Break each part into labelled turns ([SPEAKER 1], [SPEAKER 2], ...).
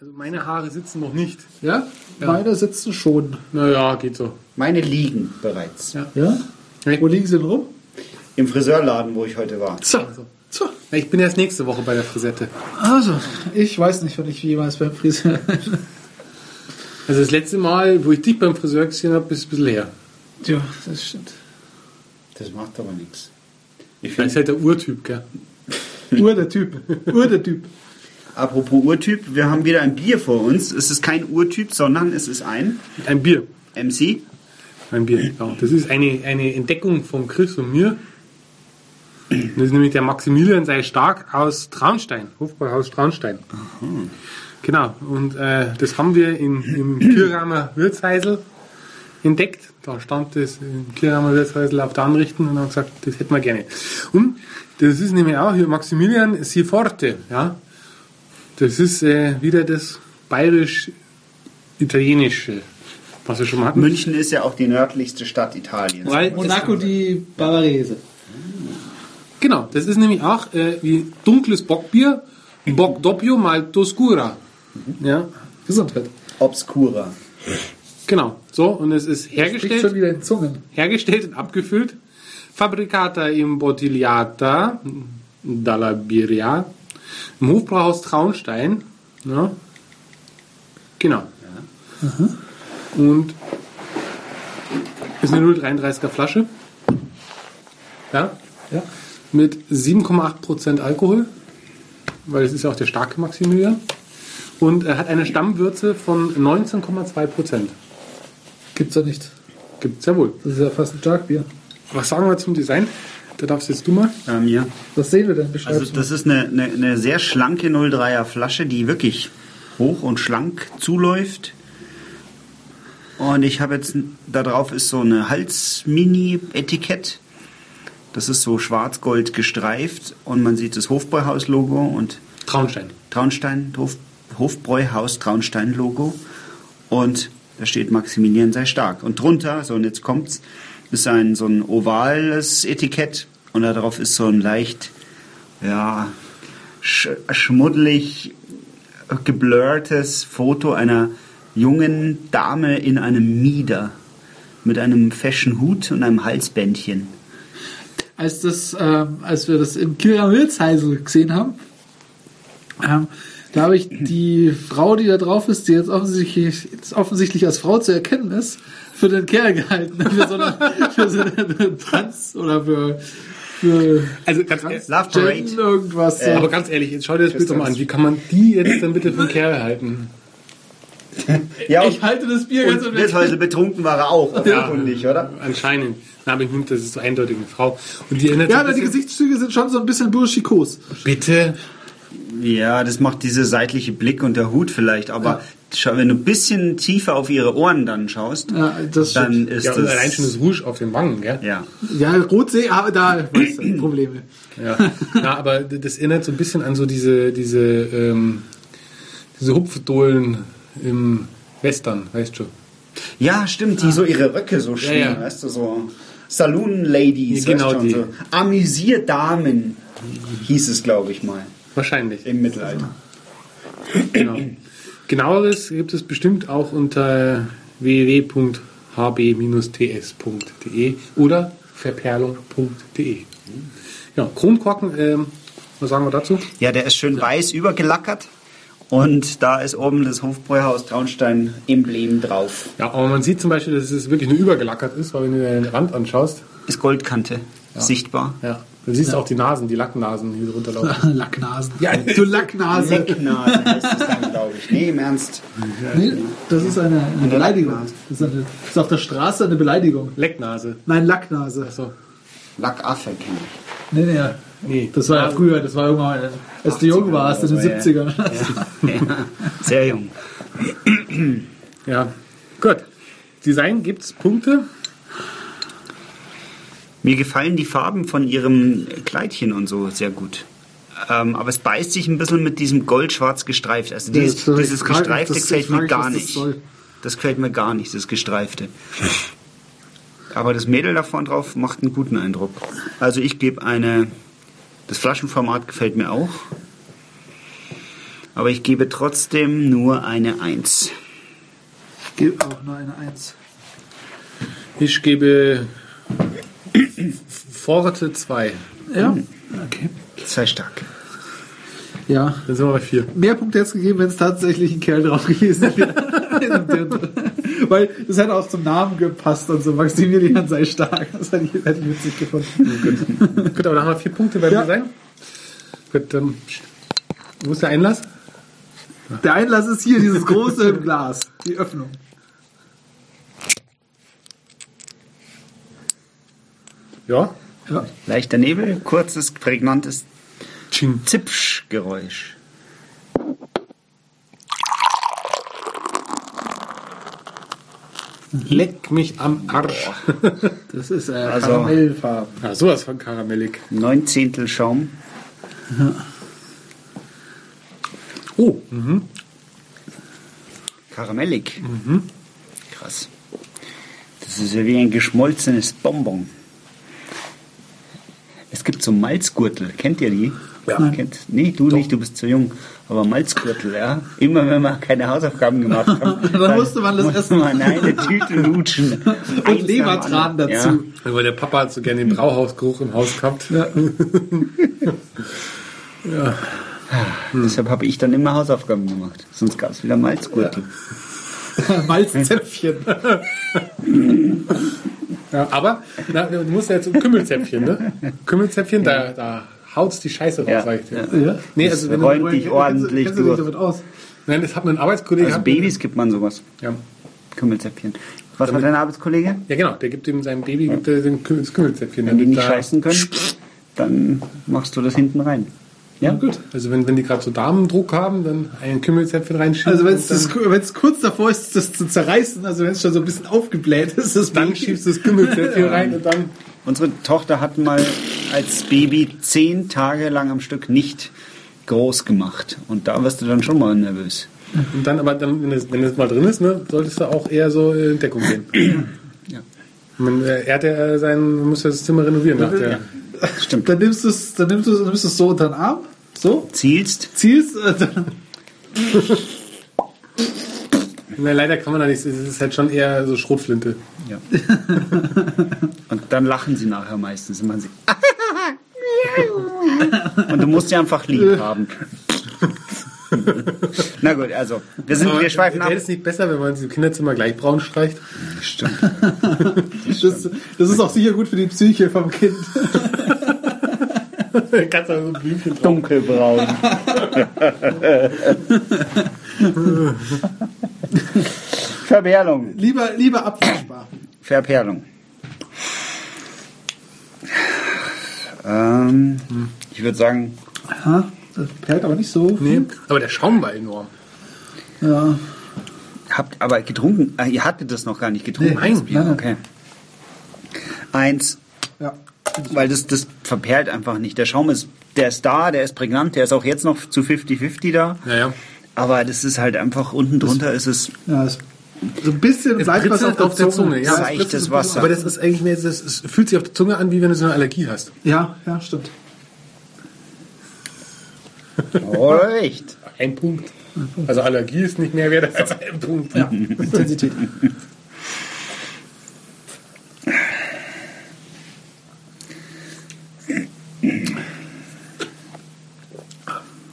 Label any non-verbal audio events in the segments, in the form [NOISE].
[SPEAKER 1] Also Meine Haare sitzen noch nicht.
[SPEAKER 2] Ja? Meine sitzen schon.
[SPEAKER 1] Naja, geht so.
[SPEAKER 3] Meine liegen bereits.
[SPEAKER 2] Ja?
[SPEAKER 1] Nee.
[SPEAKER 2] Wo liegen sie denn rum?
[SPEAKER 3] Im Friseurladen, wo ich heute war.
[SPEAKER 2] So.
[SPEAKER 1] Also.
[SPEAKER 2] so.
[SPEAKER 1] Na, Ich bin erst nächste Woche bei der Frisette.
[SPEAKER 2] Also, ich weiß nicht, wann ich jemals beim [LAUGHS] Friseur.
[SPEAKER 1] Also das letzte Mal, wo ich dich beim Friseur gesehen habe, ist es ein bisschen her.
[SPEAKER 2] ja, das stimmt.
[SPEAKER 3] Das macht aber nichts. Ich
[SPEAKER 1] Das ist
[SPEAKER 3] find,
[SPEAKER 1] halt der Urtyp, gell?
[SPEAKER 2] Ur der Typ. Ur der Typ.
[SPEAKER 3] apropos Urtyp, wir haben wieder ein Bier vor uns. Es ist kein Urtyp, sondern es ist ein
[SPEAKER 1] Ein Bier.
[SPEAKER 3] MC.
[SPEAKER 1] Ein Bier, genau. Das ist eine, eine Entdeckung von Chris und mir. Das ist nämlich der Maximilian sei stark aus Traunstein, Hofbräuhaus Traunstein. Genau, und äh, das haben wir in, im Kirchheimer Wirtsheisel entdeckt. Da stand das im Kirchheimer Wirtsheisel auf der Anrichten und haben gesagt, das hätten wir gerne. Und das ist nämlich auch hier Maximilian Siforte. Ja? Das ist äh, wieder das bayerisch-italienische, was wir schon mal hatten.
[SPEAKER 3] München ist ja auch die nördlichste Stadt Italiens.
[SPEAKER 1] Weil-
[SPEAKER 2] Monaco die Bavarese.
[SPEAKER 1] Genau, das ist nämlich auch äh, wie dunkles Bockbier, Bock doppio malto scura. Ja,
[SPEAKER 2] Gesundheit.
[SPEAKER 3] Obscura.
[SPEAKER 1] genau. So, und es ist
[SPEAKER 2] Liegt schon
[SPEAKER 1] hergestellt,
[SPEAKER 2] wieder in Zungen.
[SPEAKER 1] hergestellt und abgefüllt. Fabricata imbottigliata dalla Birria im Hofbrauhaus Traunstein. Ja. Genau. Und ist eine 0,33er Flasche. Ja.
[SPEAKER 2] Ja.
[SPEAKER 1] mit 7,8% Alkohol, weil es ist ja auch der starke Maximilian. Und er hat eine Stammwürze von 19,2%.
[SPEAKER 2] Gibt's ja nicht.
[SPEAKER 1] Gibt's ja wohl.
[SPEAKER 2] Das ist ja fast ein Starkbier.
[SPEAKER 1] Was sagen wir zum Design? Da darfst jetzt du mal.
[SPEAKER 3] Ähm, ja.
[SPEAKER 2] Was sehen wir denn? Beschreib's
[SPEAKER 3] Also das ist eine, eine, eine sehr schlanke 03er Flasche, die wirklich hoch und schlank zuläuft. Und ich habe jetzt, da drauf ist so eine Hals-Mini-Etikett. Das ist so schwarz-gold gestreift und man sieht das Hofbräuhaus-Logo und
[SPEAKER 1] Traunstein.
[SPEAKER 3] Traunstein, Hof, Hofbräuhaus Traunstein-Logo. Und da steht Maximilian sei stark. Und drunter, so und jetzt kommt's, ist ein so ein ovales Etikett und darauf ist so ein leicht, ja, sch schmuddelig äh, geblurrtes Foto einer jungen Dame in einem Mieder mit einem fashion Hut und einem Halsbändchen.
[SPEAKER 2] als, das, ähm, als wir das im Kirchheimer Wirtsheisel gesehen haben, ähm, da habe ich die Frau, die da drauf ist, die jetzt offensichtlich, jetzt offensichtlich als Frau zu erkennen ist, für den Kerl gehalten. Für so einen, für so einen Tanz oder für, für
[SPEAKER 1] Also ganz ehrlich,
[SPEAKER 3] Love
[SPEAKER 2] Jane
[SPEAKER 3] Parade.
[SPEAKER 2] irgendwas. so.
[SPEAKER 1] aber ganz ehrlich, jetzt schau dir das Bild doch mal an. Wie kann man die jetzt dann bitte vom Kerl halten?
[SPEAKER 3] Ja, und,
[SPEAKER 2] ich also halte das Bier ganz
[SPEAKER 3] und Wirtshäusel betrunken war er auch, offenkundig, oder?
[SPEAKER 1] Anscheinend. Na, aber ich finde, das ist so eindeutig eine Frau. Und die erinnert
[SPEAKER 2] Ja,
[SPEAKER 1] so ein
[SPEAKER 2] aber die
[SPEAKER 1] bisschen-
[SPEAKER 2] Gesichtszüge sind schon so ein bisschen burschikos.
[SPEAKER 1] Bitte.
[SPEAKER 3] Ja, das macht dieser seitliche Blick und der Hut vielleicht, aber schau, wenn du ein bisschen tiefer auf ihre Ohren dann schaust,
[SPEAKER 2] Ja, das
[SPEAKER 3] dann
[SPEAKER 2] stimmt.
[SPEAKER 3] ist
[SPEAKER 1] Ja, und
[SPEAKER 3] das.
[SPEAKER 1] allein schon das Rouge auf den Wangen, gell?
[SPEAKER 3] ja.
[SPEAKER 2] Ja, Rotsee, aber da weißt du, Probleme.
[SPEAKER 1] Ja. [LAUGHS] ja, aber d- das erinnert so ein bisschen an so diese, diese, ähm, diese Hupfdohlen im Western, weißt du.
[SPEAKER 3] ja, stimmt, die so ihre Röcke so schmieren,
[SPEAKER 1] ja.
[SPEAKER 3] weißt du, so Saloon-Ladies,
[SPEAKER 1] Ja, genau
[SPEAKER 3] weißt du, und
[SPEAKER 1] die.
[SPEAKER 3] so. Amüsierdamen hieß es, glaube ich mal,
[SPEAKER 1] Wahrscheinlich.
[SPEAKER 3] im Mittelalter.
[SPEAKER 1] Genau. Genaueres gibt es bestimmt auch unter www.hb-ts.de e oder verperlung.de. e. Ja, Kronkorken, ähm, was sagen wir dazu?
[SPEAKER 3] Ja, der ist schön weiß übergelackert und da ist oben das Hofbräuhaus Traunstein-Emblem drauf.
[SPEAKER 1] Ja, aber man sieht zum Beispiel, dass es wirklich nur übergelackert ist, weil wenn du dir den Rand anschaust,
[SPEAKER 3] Ist Goldkante sichtbar.
[SPEAKER 1] ja, dann siehst du auch die Nasen, die Lackennasen, die runterlaufen.
[SPEAKER 2] Lacknasen. Ja, du Lacknase.
[SPEAKER 3] Lecknase heißt es [LAUGHS] dann, glaube ich. Nee, im Ernst.
[SPEAKER 2] Nee, das ist eine, eine Beleidigung.
[SPEAKER 3] Lacknase.
[SPEAKER 2] Das ist, eine, das ist auf der Straße eine Beleidigung.
[SPEAKER 1] [LAUGHS] Lecknase.
[SPEAKER 2] Nein, Lacknase.
[SPEAKER 1] Achso.
[SPEAKER 3] Lackaffe kenne ich.
[SPEAKER 2] Nee, nee.
[SPEAKER 1] Nee. Also-
[SPEAKER 2] Das war ja früher, das war irgendwann, mal, als du jung warst, in den
[SPEAKER 3] oder
[SPEAKER 2] 70ern. [LAUGHS]
[SPEAKER 3] [LAUGHS] Sehr jung.
[SPEAKER 1] Ja, gut. Design gibt es Punkte.
[SPEAKER 3] Mir gefallen die Farben von ihrem Kleidchen und so sehr gut. Ähm, aber es beißt sich ein bisschen mit diesem gold-schwarz gestreift. Also dieses,
[SPEAKER 2] Das- ich
[SPEAKER 3] dieses
[SPEAKER 2] frage-
[SPEAKER 3] gestreifte
[SPEAKER 2] das-
[SPEAKER 3] gefällt
[SPEAKER 2] ich frage
[SPEAKER 3] mir
[SPEAKER 2] mich,
[SPEAKER 3] gar
[SPEAKER 2] was das
[SPEAKER 3] nicht. Das,
[SPEAKER 2] soll.
[SPEAKER 3] gefällt mir gar nicht,
[SPEAKER 2] [LAUGHS]
[SPEAKER 3] das gestreifte. Aber das Mädel da vorne drauf macht einen guten Eindruck. Also ich gebe eine. Das Flaschenformat gefällt mir auch. Aber ich gebe trotzdem nur eine 1.
[SPEAKER 2] Ich gebe auch nur eine 1.
[SPEAKER 1] Ich gebe Forte 2.
[SPEAKER 2] Ja, okay.
[SPEAKER 3] Sei stark.
[SPEAKER 2] Ja.
[SPEAKER 1] Dann sind wir bei 4.
[SPEAKER 2] Mehr Punkte hätte es gegeben, wenn es tatsächlich ein Kerl drauf gewesen wäre. Weil das hätte auch zum Namen gepasst und so. Maximilian sei stark. Das hätte ich, hätte ich witzig gefunden.
[SPEAKER 1] Gut, aber dann haben wir 4 Punkte bei
[SPEAKER 2] Ja.
[SPEAKER 1] Design. Gut, dann. Wo ist der Einlass?
[SPEAKER 2] Der Einlass ist hier, dieses große im Glas. Die Öffnung.
[SPEAKER 1] Ja.
[SPEAKER 2] Ja.
[SPEAKER 3] Leichter Nebel, kurzes, prägnantes
[SPEAKER 1] Ching.
[SPEAKER 3] Zipsch-Geräusch.
[SPEAKER 1] Leck mich am Arsch.
[SPEAKER 2] Das ist äh,
[SPEAKER 3] Also-
[SPEAKER 2] Karamellfarben.
[SPEAKER 1] Ah, sowas von karamellig.
[SPEAKER 3] Neun Zehntel Schaum.
[SPEAKER 1] Oh, mhm.
[SPEAKER 3] Karamellig.
[SPEAKER 2] Mhm.
[SPEAKER 3] Krass. Das ist ja wie ein geschmolzenes Bonbon. Es gibt so Malzgürtel, kennt ihr die?
[SPEAKER 1] Ja.
[SPEAKER 3] Kennt, nee, du nicht, du bist zu jung. Aber Malzgürtel, ja. Immer wenn wir keine Hausaufgaben gemacht haben,
[SPEAKER 2] [LAUGHS] Dann musste man das essen.
[SPEAKER 3] man eine Tüte lutschen.
[SPEAKER 2] Und Lebertran
[SPEAKER 3] Ja.
[SPEAKER 2] dazu.
[SPEAKER 1] Weil der Papa hat so gerne den Brauhausgeruch im Haus gehabt.
[SPEAKER 2] Ja.
[SPEAKER 3] Deshalb habe ich dann immer Hausaufgaben gemacht. Sonst gab es wieder Malzgürtel.
[SPEAKER 2] [LAUGHS] Malzzäpfchen.
[SPEAKER 1] Ja, aber na, du musst ja jetzt um Kümmelzäpfchen, ne? Kümmelzäpfchen, da, da haut's die Scheiße raus,
[SPEAKER 3] Ja,
[SPEAKER 1] sag ich dir.
[SPEAKER 3] ja.
[SPEAKER 2] Ja.
[SPEAKER 1] Nee,
[SPEAKER 3] Das
[SPEAKER 1] also wenn du,
[SPEAKER 3] räumt dich ordentlich
[SPEAKER 2] Kennst du dich
[SPEAKER 3] durch.
[SPEAKER 2] damit aus?
[SPEAKER 1] nein, das hat mein Arbeitskollege.
[SPEAKER 3] Also
[SPEAKER 1] hat-
[SPEAKER 3] Babys gibt man sowas.
[SPEAKER 1] ja.
[SPEAKER 3] Kümmelzäpfchen. Was war dein Arbeitskollege?
[SPEAKER 1] ja, genau, der gibt ihm seinem Baby gibt er den Kü- das Kümmelzäpfchen.
[SPEAKER 3] Wenn die
[SPEAKER 1] damit
[SPEAKER 3] nicht
[SPEAKER 1] da-
[SPEAKER 3] scheißen können, dann machst du das hinten rein.
[SPEAKER 1] Ja,
[SPEAKER 3] Ja?
[SPEAKER 1] gut. Also wenn, wenn die gerade so Damendruck haben, dann ein Kümmelzäpfchen reinschieben.
[SPEAKER 2] Also wenn
[SPEAKER 1] und dann,
[SPEAKER 2] es kurz davor ist, das zu zerreißen, also wenn es schon so ein bisschen aufgebläht ist, das
[SPEAKER 1] dann [LAUGHS] schiebst du das
[SPEAKER 3] [LAUGHS]
[SPEAKER 1] Kümmelzäpfchen rein und dann.
[SPEAKER 3] Unsere Tochter hat mal als Baby zehn Tage lang am Stück nicht groß gemacht. Und da wirst du dann schon mal nervös.
[SPEAKER 1] Und dann, aber dann, wenn das, wenn das mal drin ist, ne, solltest du auch eher so in Deckung gehen.
[SPEAKER 3] Ja.
[SPEAKER 1] Ich meine, er hat ja sein, muss ja das Zimmer renovieren nach der.
[SPEAKER 3] Stimmt.
[SPEAKER 2] Dann nimmst du es, dann nimmst du es, nimmst du es so unter den Arm, so,
[SPEAKER 3] Zielst,
[SPEAKER 2] ziehst, äh, dann,
[SPEAKER 1] Na, leider kann man da nichts, es ist halt schon eher so Schrotflinte.
[SPEAKER 3] Ja. [LAUGHS] Und dann lachen sie nachher meistens. Und, man sie [LAUGHS] und du musst sie einfach lieb haben. [LAUGHS] Na gut, also, wir, sind, wir schweifen ab.
[SPEAKER 1] Wäre es nicht besser, wenn man sie im Kinderzimmer gleich braun streicht? [LAUGHS]
[SPEAKER 3] Stimmt.
[SPEAKER 2] das, das ist auch sicher gut für die Psyche vom Kind.
[SPEAKER 1] Kannst du so ein Blümchen drauf.
[SPEAKER 3] [LAUGHS] Dunkelbraun. Verperlung.
[SPEAKER 2] Lieber, lieber abwaschbar.
[SPEAKER 3] Verperlung. Ähm, ich würde sagen,
[SPEAKER 2] Aha, das perlt aber nicht so.
[SPEAKER 1] Nee, aber der Schaum war enorm.
[SPEAKER 2] Ja.
[SPEAKER 3] Habt aber getrunken? Ah, ihr hattet das noch gar nicht getrunken.
[SPEAKER 2] Nee,
[SPEAKER 3] das Bier.
[SPEAKER 2] nein, nein.
[SPEAKER 3] Okay. Eins,
[SPEAKER 2] ja.
[SPEAKER 3] weil das, das verperlt einfach nicht. Der Schaum ist, der ist da, der ist prägnant, der ist auch jetzt noch zu 50-50 da.
[SPEAKER 1] Naja.
[SPEAKER 3] Aber das ist halt einfach, unten drunter ist es
[SPEAKER 2] Ja, es, so ein bisschen
[SPEAKER 1] Es
[SPEAKER 2] bleibt was auf
[SPEAKER 1] pritzelt
[SPEAKER 2] der, Zunge.
[SPEAKER 1] ja. es
[SPEAKER 3] Seichtes
[SPEAKER 1] pritzelt auf der
[SPEAKER 3] Wasser.
[SPEAKER 1] Zunge. Aber das ist eigentlich mehr, das es fühlt sich auf der Zunge an, wie wenn du so eine Allergie hast.
[SPEAKER 2] Ja, ja, stimmt.
[SPEAKER 3] feucht.
[SPEAKER 2] [LAUGHS]
[SPEAKER 1] Ein Punkt. Also Allergie ist nicht mehr wert als ein Punkt.
[SPEAKER 2] Ja, Intensität.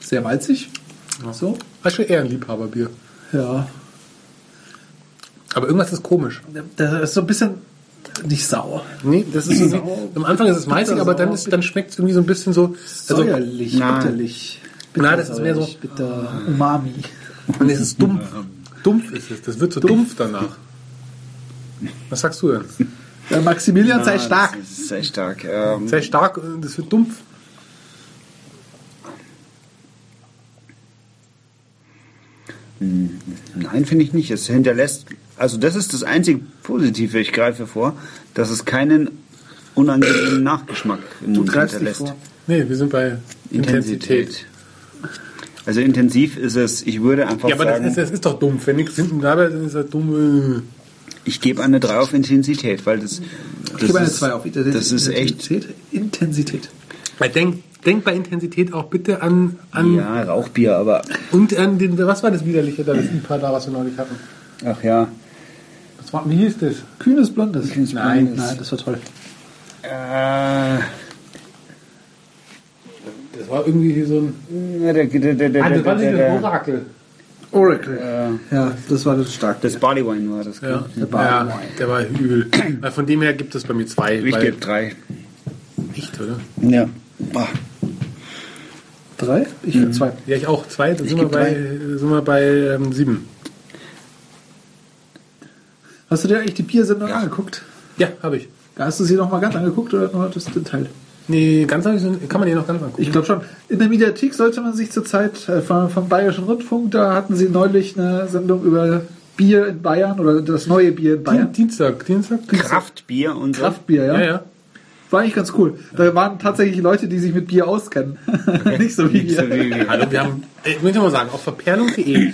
[SPEAKER 2] Sehr walzig. So?
[SPEAKER 1] Das ist schon eher ein Liebhaberbier.
[SPEAKER 2] Ja.
[SPEAKER 1] Aber irgendwas ist komisch.
[SPEAKER 2] Das ist so ein bisschen nicht sauer.
[SPEAKER 1] Nee, das ist so, am Anfang ist es malzig, aber dann, ist- dann schmeckt es irgendwie so ein bisschen so. Also,
[SPEAKER 2] Säuerlich,
[SPEAKER 3] nein.
[SPEAKER 2] bitterlich.
[SPEAKER 1] Nein, das ist mehr so-
[SPEAKER 2] Bittersäuerlich, Bitter, umami.
[SPEAKER 1] Und es ist dumpf. Dumpf ist es. Das wird so dumpf danach. Was sagst du denn?
[SPEAKER 2] Der Maximilian sei stark.
[SPEAKER 3] Ah, Das ist Sehr stark. Ähm,
[SPEAKER 1] Sehr stark, äh, das wird dumpf.
[SPEAKER 3] nein, finde ich nicht. Es hinterlässt, also das ist das einzige Positive, ich greife vor, dass es keinen unangenehmen Nachgeschmack im Mund
[SPEAKER 2] greifst dich
[SPEAKER 3] hinterlässt.
[SPEAKER 2] vor.
[SPEAKER 1] Nee, wir sind bei Intensität.
[SPEAKER 3] Also intensiv ist es, ich würde einfach
[SPEAKER 1] Ja, aber das
[SPEAKER 3] sagen,
[SPEAKER 1] ist, das ist doch dumpf. Wenn nichts hinten dabei ist, dann ist das dumm. äh.
[SPEAKER 3] ich gebe eine 3 auf Intensität, weil das, das,
[SPEAKER 2] Ich gebe eine
[SPEAKER 3] ist,
[SPEAKER 2] 2 auf Intensität.
[SPEAKER 3] das ist echt,
[SPEAKER 2] Intensität.
[SPEAKER 1] Weil Äh, denk, denkt bei Intensität auch bitte an, an
[SPEAKER 3] Ja, Rauchbier, aber
[SPEAKER 1] und an den, was war das widerliche da, das IPA da, was wir neulich hatten?
[SPEAKER 3] ach ja.
[SPEAKER 1] Das war, wie hieß das?
[SPEAKER 2] Kühnes Blondes.
[SPEAKER 3] Kühnes
[SPEAKER 2] nein,
[SPEAKER 3] Blondes.
[SPEAKER 2] nein, das war toll.
[SPEAKER 3] Äh,
[SPEAKER 1] Das war irgendwie so ein.
[SPEAKER 3] der, der, der, der,
[SPEAKER 1] Ah,
[SPEAKER 3] der,
[SPEAKER 1] das war
[SPEAKER 3] der,
[SPEAKER 1] nicht
[SPEAKER 3] der,
[SPEAKER 1] das Orakel.
[SPEAKER 2] Oracle.
[SPEAKER 3] äh,
[SPEAKER 2] Ja, das war das stark.
[SPEAKER 3] das Bodywine war das.
[SPEAKER 1] Ja,
[SPEAKER 3] gell?
[SPEAKER 1] der war, ja, der war übel. Weil Von dem her gibt es bei mir zwei.
[SPEAKER 3] Ich
[SPEAKER 1] weil-
[SPEAKER 3] gebe drei.
[SPEAKER 1] Echt, oder?
[SPEAKER 3] Ja. Ah,
[SPEAKER 2] Drei? Ich mhm. zwei.
[SPEAKER 1] Ja, ich auch zwei. Dann sind wir,
[SPEAKER 3] geb
[SPEAKER 1] bei, sind wir bei ähm, sieben.
[SPEAKER 2] Hast du dir eigentlich die Biersendung
[SPEAKER 3] Ja.
[SPEAKER 2] angeguckt?
[SPEAKER 1] Ja, habe ich.
[SPEAKER 2] Hast du sie nochmal ganz angeguckt oder nur das den Teil?
[SPEAKER 1] Nee, ganz hab ich so- kann man den noch ganz angucken.
[SPEAKER 2] Ich glaube schon. In der Mediathek sollte man sich zurzeit äh, vom, vom Bayerischen Rundfunk, da hatten sie neulich eine Sendung über Bier in Bayern oder das neue Bier in
[SPEAKER 1] Dien-
[SPEAKER 2] Bayern.
[SPEAKER 1] Dienstag, Dienstag?
[SPEAKER 3] Kraftbier und so.
[SPEAKER 2] Kraftbier,
[SPEAKER 1] Ja, ja.
[SPEAKER 2] War eigentlich ganz cool. Da waren tatsächlich Leute, die sich mit Bier auskennen. [LAUGHS] Nicht so wie
[SPEAKER 3] Nicht so
[SPEAKER 2] wir.
[SPEAKER 3] wie wir.
[SPEAKER 1] Hallo, wir haben, ich muss ja mal sagen, auf verperlung.de äh,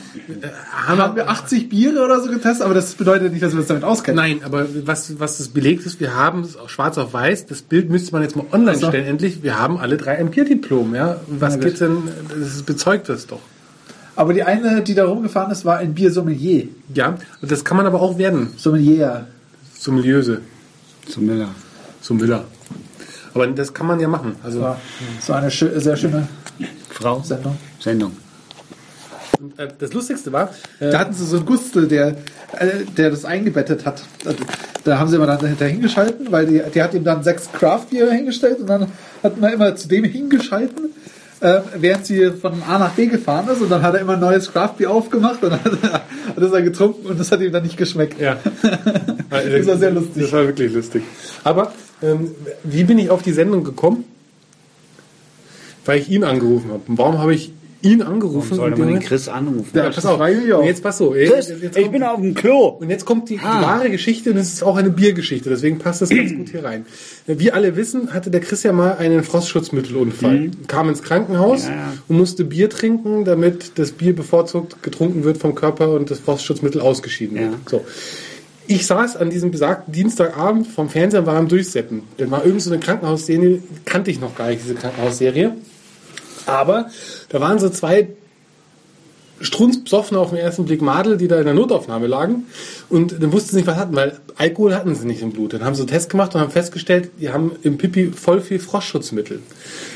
[SPEAKER 1] haben
[SPEAKER 2] Haben
[SPEAKER 1] wir.
[SPEAKER 2] wir 80 Biere oder so getestet, aber das bedeutet nicht, dass wir uns damit auskennen.
[SPEAKER 1] Nein, aber was, was das belegt ist, wir haben es auch schwarz auf weiß. Das Bild müsste man jetzt mal online
[SPEAKER 2] Ach so.
[SPEAKER 1] stellen, endlich. Wir haben alle drei ein Bierdiplomen, ja. Was
[SPEAKER 2] Na gut.
[SPEAKER 1] geht's denn? Das bezeugt das doch.
[SPEAKER 2] Aber die eine, die da rumgefahren ist, war ein Biersommelier.
[SPEAKER 1] Ja, und das kann man aber auch werden.
[SPEAKER 2] Sommelier.
[SPEAKER 1] Zum Milieuse,
[SPEAKER 3] Zum Miller.
[SPEAKER 1] zum Villa. Aber das kann man ja machen. Also,
[SPEAKER 2] War so eine schö sehr schöne
[SPEAKER 3] Frau.
[SPEAKER 2] Sendung.
[SPEAKER 3] Sendung.
[SPEAKER 1] und, äh, das Lustigste war,
[SPEAKER 2] Da hatten sie so einen Gustl, der, äh, der das eingebettet hat. Also, Da haben sie immer dann dahinter hingeschalten, weil die, die hat ihm dann sechs Craft-Bier hingestellt und dann hat man immer zu dem hingeschalten, äh, während sie von A nach B gefahren ist und dann hat er immer ein neues Craft-Bier aufgemacht und [LAUGHS] dann hat er, hat es dann getrunken und das hat ihm dann nicht
[SPEAKER 1] [LAUGHS]
[SPEAKER 2] geschmeckt.
[SPEAKER 1] Ja.
[SPEAKER 2] Das war sehr lustig.
[SPEAKER 1] Äh, Das war wirklich lustig. Aber ähm, wie bin ich auf die Sendung gekommen? Weil ich ihn angerufen habe. Und warum habe ich ihn angerufen?
[SPEAKER 3] Sollte
[SPEAKER 1] Und
[SPEAKER 3] man den
[SPEAKER 1] den-
[SPEAKER 3] Chris anrufen?
[SPEAKER 1] ja, pass auf.
[SPEAKER 2] Das weiß ich auch.
[SPEAKER 1] Und jetzt pass so.
[SPEAKER 3] Chris,
[SPEAKER 1] Jetzt, jetzt
[SPEAKER 3] ich
[SPEAKER 1] kommt,
[SPEAKER 3] bin auf dem Klo.
[SPEAKER 1] und jetzt kommt die, die
[SPEAKER 3] Ah.
[SPEAKER 1] wahre Geschichte und es ist auch eine Biergeschichte. Deswegen passt das ganz gut hier rein. Wie alle wissen, hatte der Chris ja mal einen Frostschutzmittelunfall. Kam ins Krankenhaus
[SPEAKER 3] Mhm. Ja, ja.
[SPEAKER 1] und musste Bier trinken, damit das Bier bevorzugt getrunken wird vom Körper und das Frostschutzmittel ausgeschieden wird.
[SPEAKER 3] Ja.
[SPEAKER 1] So. Ich saß an diesem besagten Dienstagabend vom Fernseher und war am Durchseppen. Dann war irgend so eine Krankenhausserie, kannte ich noch gar nicht, diese Krankenhausserie. Aber da waren so zwei strunzbesoffene auf den ersten Blick Madel, die da in der Notaufnahme lagen und dann wussten sie nicht, was hatten, weil Alkohol hatten sie nicht im Blut. Dann haben sie einen Test gemacht und haben festgestellt, die haben im Pipi voll viel Froschschutzmittel.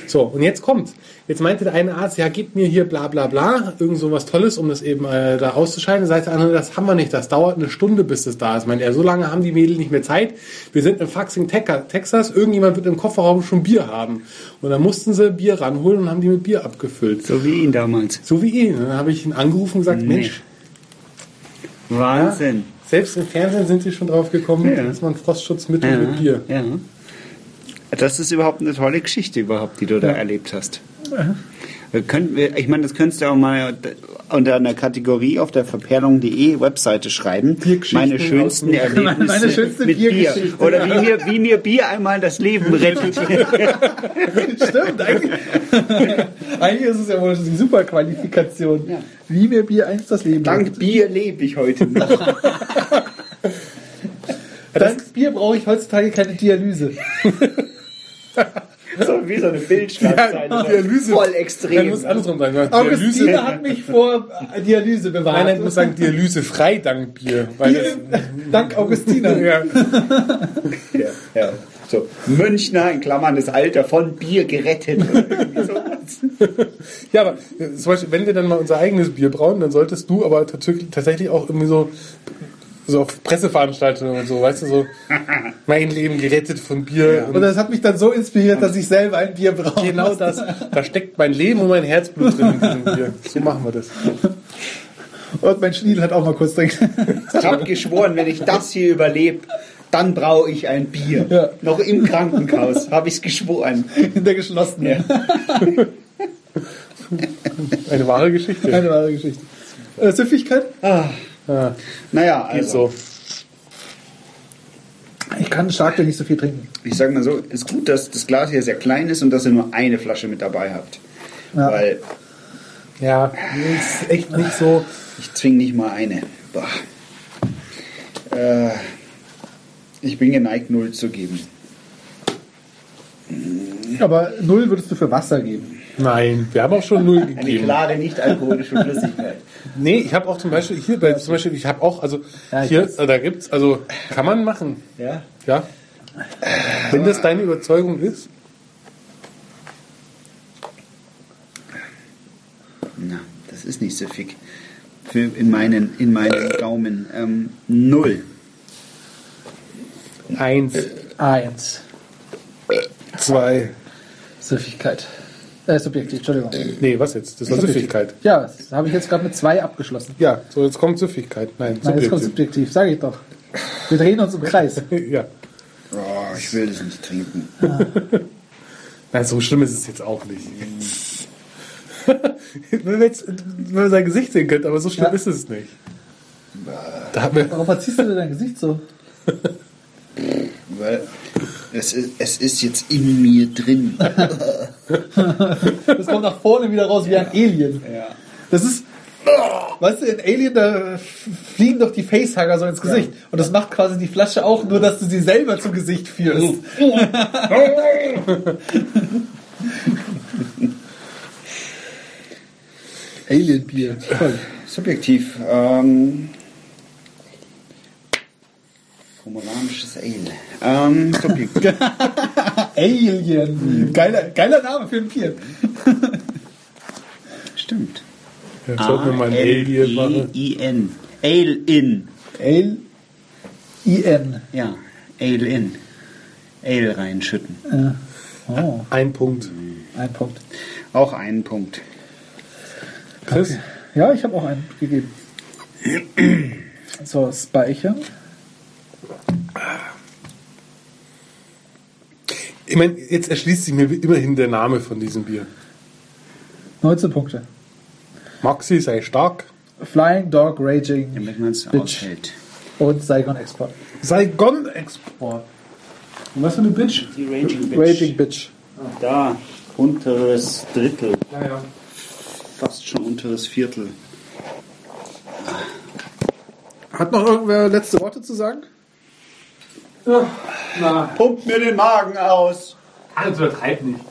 [SPEAKER 1] So, und jetzt kommt's. Jetzt meinte der eine Arzt, ja, gib mir hier bla bla bla, irgend so was Tolles, um das eben äh, da auszuscheiden. Dann sagt der andere, das haben wir nicht, das dauert eine Stunde, bis das da ist. Meint er, so lange haben die Mädel nicht mehr Zeit. Wir sind in fucking Teca- Texas, irgendjemand wird im Kofferraum schon Bier haben. Und dann mussten sie Bier ranholen und haben die mit Bier abgefüllt.
[SPEAKER 3] So wie ihn damals.
[SPEAKER 1] So wie ihn. Dann habe ich ihn angerufen und gesagt, Mensch,
[SPEAKER 3] Wahnsinn.
[SPEAKER 1] selbst im Fernsehen sind sie schon drauf gekommen,
[SPEAKER 3] Ja.
[SPEAKER 1] dass man Frostschutzmittel mit Bier.
[SPEAKER 3] ja. Mhm. Das ist überhaupt eine tolle Geschichte, überhaupt, die du da erlebt hast. Wir Könnten wir, ich meine, das könntest du auch mal unter einer Kategorie auf der verperlung.de Webseite schreiben.
[SPEAKER 1] Biergeschichten
[SPEAKER 3] Meine schönsten
[SPEAKER 1] aus-
[SPEAKER 3] Erlebnisse
[SPEAKER 2] Meine schönsten
[SPEAKER 3] mit Bier.
[SPEAKER 2] Biergeschichten.
[SPEAKER 3] Oder wie mir, wie mir Bier einmal das Leben rettet.
[SPEAKER 2] Stimmt, eigentlich, [LAUGHS] eigentlich ist es ja wohl die Superqualifikation. Wie mir Bier eins das Leben
[SPEAKER 3] [LAUGHS] Dank Bier lebe ich heute noch.
[SPEAKER 2] Dank Bier brauche ich heutzutage keine Dialyse.
[SPEAKER 3] So wie so eine Bildschlagzeile.
[SPEAKER 1] Ja, Dialyse.
[SPEAKER 3] Voll
[SPEAKER 1] Dann
[SPEAKER 3] extrem.
[SPEAKER 1] muss es andersrum sein. weil Dialyse,
[SPEAKER 2] Augustine hat mich vor Dialyse bewahrt.
[SPEAKER 1] nein, nein, ich muss sagen, Dialyse frei dank Bier. Weil das,
[SPEAKER 2] [LAUGHS] Dank Augustine.
[SPEAKER 1] ja,
[SPEAKER 3] Ja, ja. So, Münchner in Klammern das Alter von Bier gerettet. Irgendwie sowas.
[SPEAKER 1] ja, aber äh, zum Beispiel, wenn wir dann mal unser eigenes Bier brauen, dann solltest du aber tatsächlich, tatsächlich auch irgendwie so, so auf Presseveranstaltungen und so, weißt du,
[SPEAKER 3] [LAUGHS]
[SPEAKER 1] so mein Leben gerettet von Bier. Und
[SPEAKER 2] Und das hat mich dann so inspiriert, dass ich selber ein Bier brauche.
[SPEAKER 1] genau das. Da steckt mein Leben und mein Herzblut drin in diesem Bier. So machen wir das.
[SPEAKER 2] Und mein Schniedel hat auch mal kurz drin. [LAUGHS]
[SPEAKER 3] Ich habe geschworen, wenn ich das hier überlebe, dann brauche ich ein Bier.
[SPEAKER 2] Ja.
[SPEAKER 3] Noch im Krankenhaus habe ich es geschworen.
[SPEAKER 2] In der geschlossenen.
[SPEAKER 3] Ja.
[SPEAKER 1] Eine wahre Geschichte.
[SPEAKER 2] Keine wahre Geschichte. Äh, Süffigkeit?
[SPEAKER 3] Ah. Naja,
[SPEAKER 1] Ist
[SPEAKER 3] also,
[SPEAKER 1] so.
[SPEAKER 2] Ich kann stark nicht so viel trinken.
[SPEAKER 3] ich sage mal so, ist gut, dass das Glas hier sehr klein ist und dass ihr nur eine Flasche mit dabei habt.
[SPEAKER 2] Ja.
[SPEAKER 3] Weil äh,
[SPEAKER 1] Ja, ist echt nicht so.
[SPEAKER 3] Ich zwing nicht mal eine. Boah. Äh, ich bin geneigt, null zu geben.
[SPEAKER 2] Aber null würdest du für Wasser geben.
[SPEAKER 1] Nein, wir haben auch schon null
[SPEAKER 4] Eine
[SPEAKER 1] gegeben.
[SPEAKER 4] klare, nicht alkoholische Flüssigkeit.
[SPEAKER 1] Nee, ich habe auch zum Beispiel hier, bei, zum Beispiel, ich habe auch, also
[SPEAKER 2] ich
[SPEAKER 1] hier, äh, da gibt's, also kann man machen,
[SPEAKER 4] Ja?
[SPEAKER 1] ja. Wenn das deine Überzeugung ist.
[SPEAKER 3] [LAUGHS] Na, das ist nicht so fick. Für in meinen, in meinen Gaumen. Ähm, null.
[SPEAKER 1] Eins,
[SPEAKER 2] Eins.
[SPEAKER 1] zwei.
[SPEAKER 2] Süffigkeit. Äh, Subjektiv, Entschuldigung.
[SPEAKER 1] Nee, was jetzt? Das war Süffigkeit.
[SPEAKER 2] Ja, das habe ich jetzt gerade mit zwei abgeschlossen.
[SPEAKER 1] Ja, so jetzt kommt Süffigkeit. Nein,
[SPEAKER 2] Nein, jetzt kommt
[SPEAKER 1] Subjektiv.
[SPEAKER 2] subjektiv, sage ich doch. Wir drehen uns im Kreis.
[SPEAKER 1] Ja.
[SPEAKER 3] Oh, ich will das nicht trinken.
[SPEAKER 1] Nein, so schlimm ist es jetzt auch nicht. [LAUGHS] wenn, wir jetzt, wenn wir sein Gesicht sehen könnt, aber so schlimm
[SPEAKER 2] Ja.
[SPEAKER 1] ist es nicht. Da haben wir,
[SPEAKER 2] Warum verziehst du denn dein Gesicht so?
[SPEAKER 3] Weil es ist, es ist jetzt in mir drin.
[SPEAKER 2] Das kommt nach vorne wieder raus wie ein Alien. Das ist. Weißt du, in Alien, da fliegen doch die Facehugger so ins Gesicht. Und das macht quasi die Flasche auch, nur dass du sie selber zu Gesicht führst. Alien-Bier. Toll.
[SPEAKER 3] Subjektiv. Ähm, Romulanisches Ale. Ähm, subjektiv.
[SPEAKER 4] [LAUGHS]
[SPEAKER 2] Alien. Geiler, geiler Name für ein Bier.
[SPEAKER 3] Stimmt.
[SPEAKER 1] jetzt sollten wir mal ein Alien machen.
[SPEAKER 3] A-L-I-N. Ale in.
[SPEAKER 2] L-I-N.
[SPEAKER 3] Ja, Ale in. Ale reinschütten.
[SPEAKER 2] Äh, Oh,
[SPEAKER 1] Ein Punkt.
[SPEAKER 2] ein Punkt.
[SPEAKER 3] Auch einen Punkt.
[SPEAKER 1] Chris?
[SPEAKER 2] Ja, ich habe auch einen gegeben. So, speichern.
[SPEAKER 1] Ich meine, jetzt erschließt sich mir immerhin der Name von diesem Bier.
[SPEAKER 2] 19 Punkte.
[SPEAKER 1] Maxi sei stark.
[SPEAKER 2] Flying Dog Raging
[SPEAKER 3] Damit man es
[SPEAKER 2] Bitch.
[SPEAKER 3] aushält.
[SPEAKER 2] und Saigon Export.
[SPEAKER 1] Saigon Export.
[SPEAKER 2] Was für eine Bitch?
[SPEAKER 4] Die Raging Bitch.
[SPEAKER 2] Raging Bitch.
[SPEAKER 4] Da, unteres Drittel.
[SPEAKER 1] Ja, ja.
[SPEAKER 3] Fast schon unteres Viertel.
[SPEAKER 2] Hat noch irgendwer letzte Worte zu sagen?
[SPEAKER 1] Na,
[SPEAKER 3] Pumpt mir den Magen aus.
[SPEAKER 1] also übertreib nicht.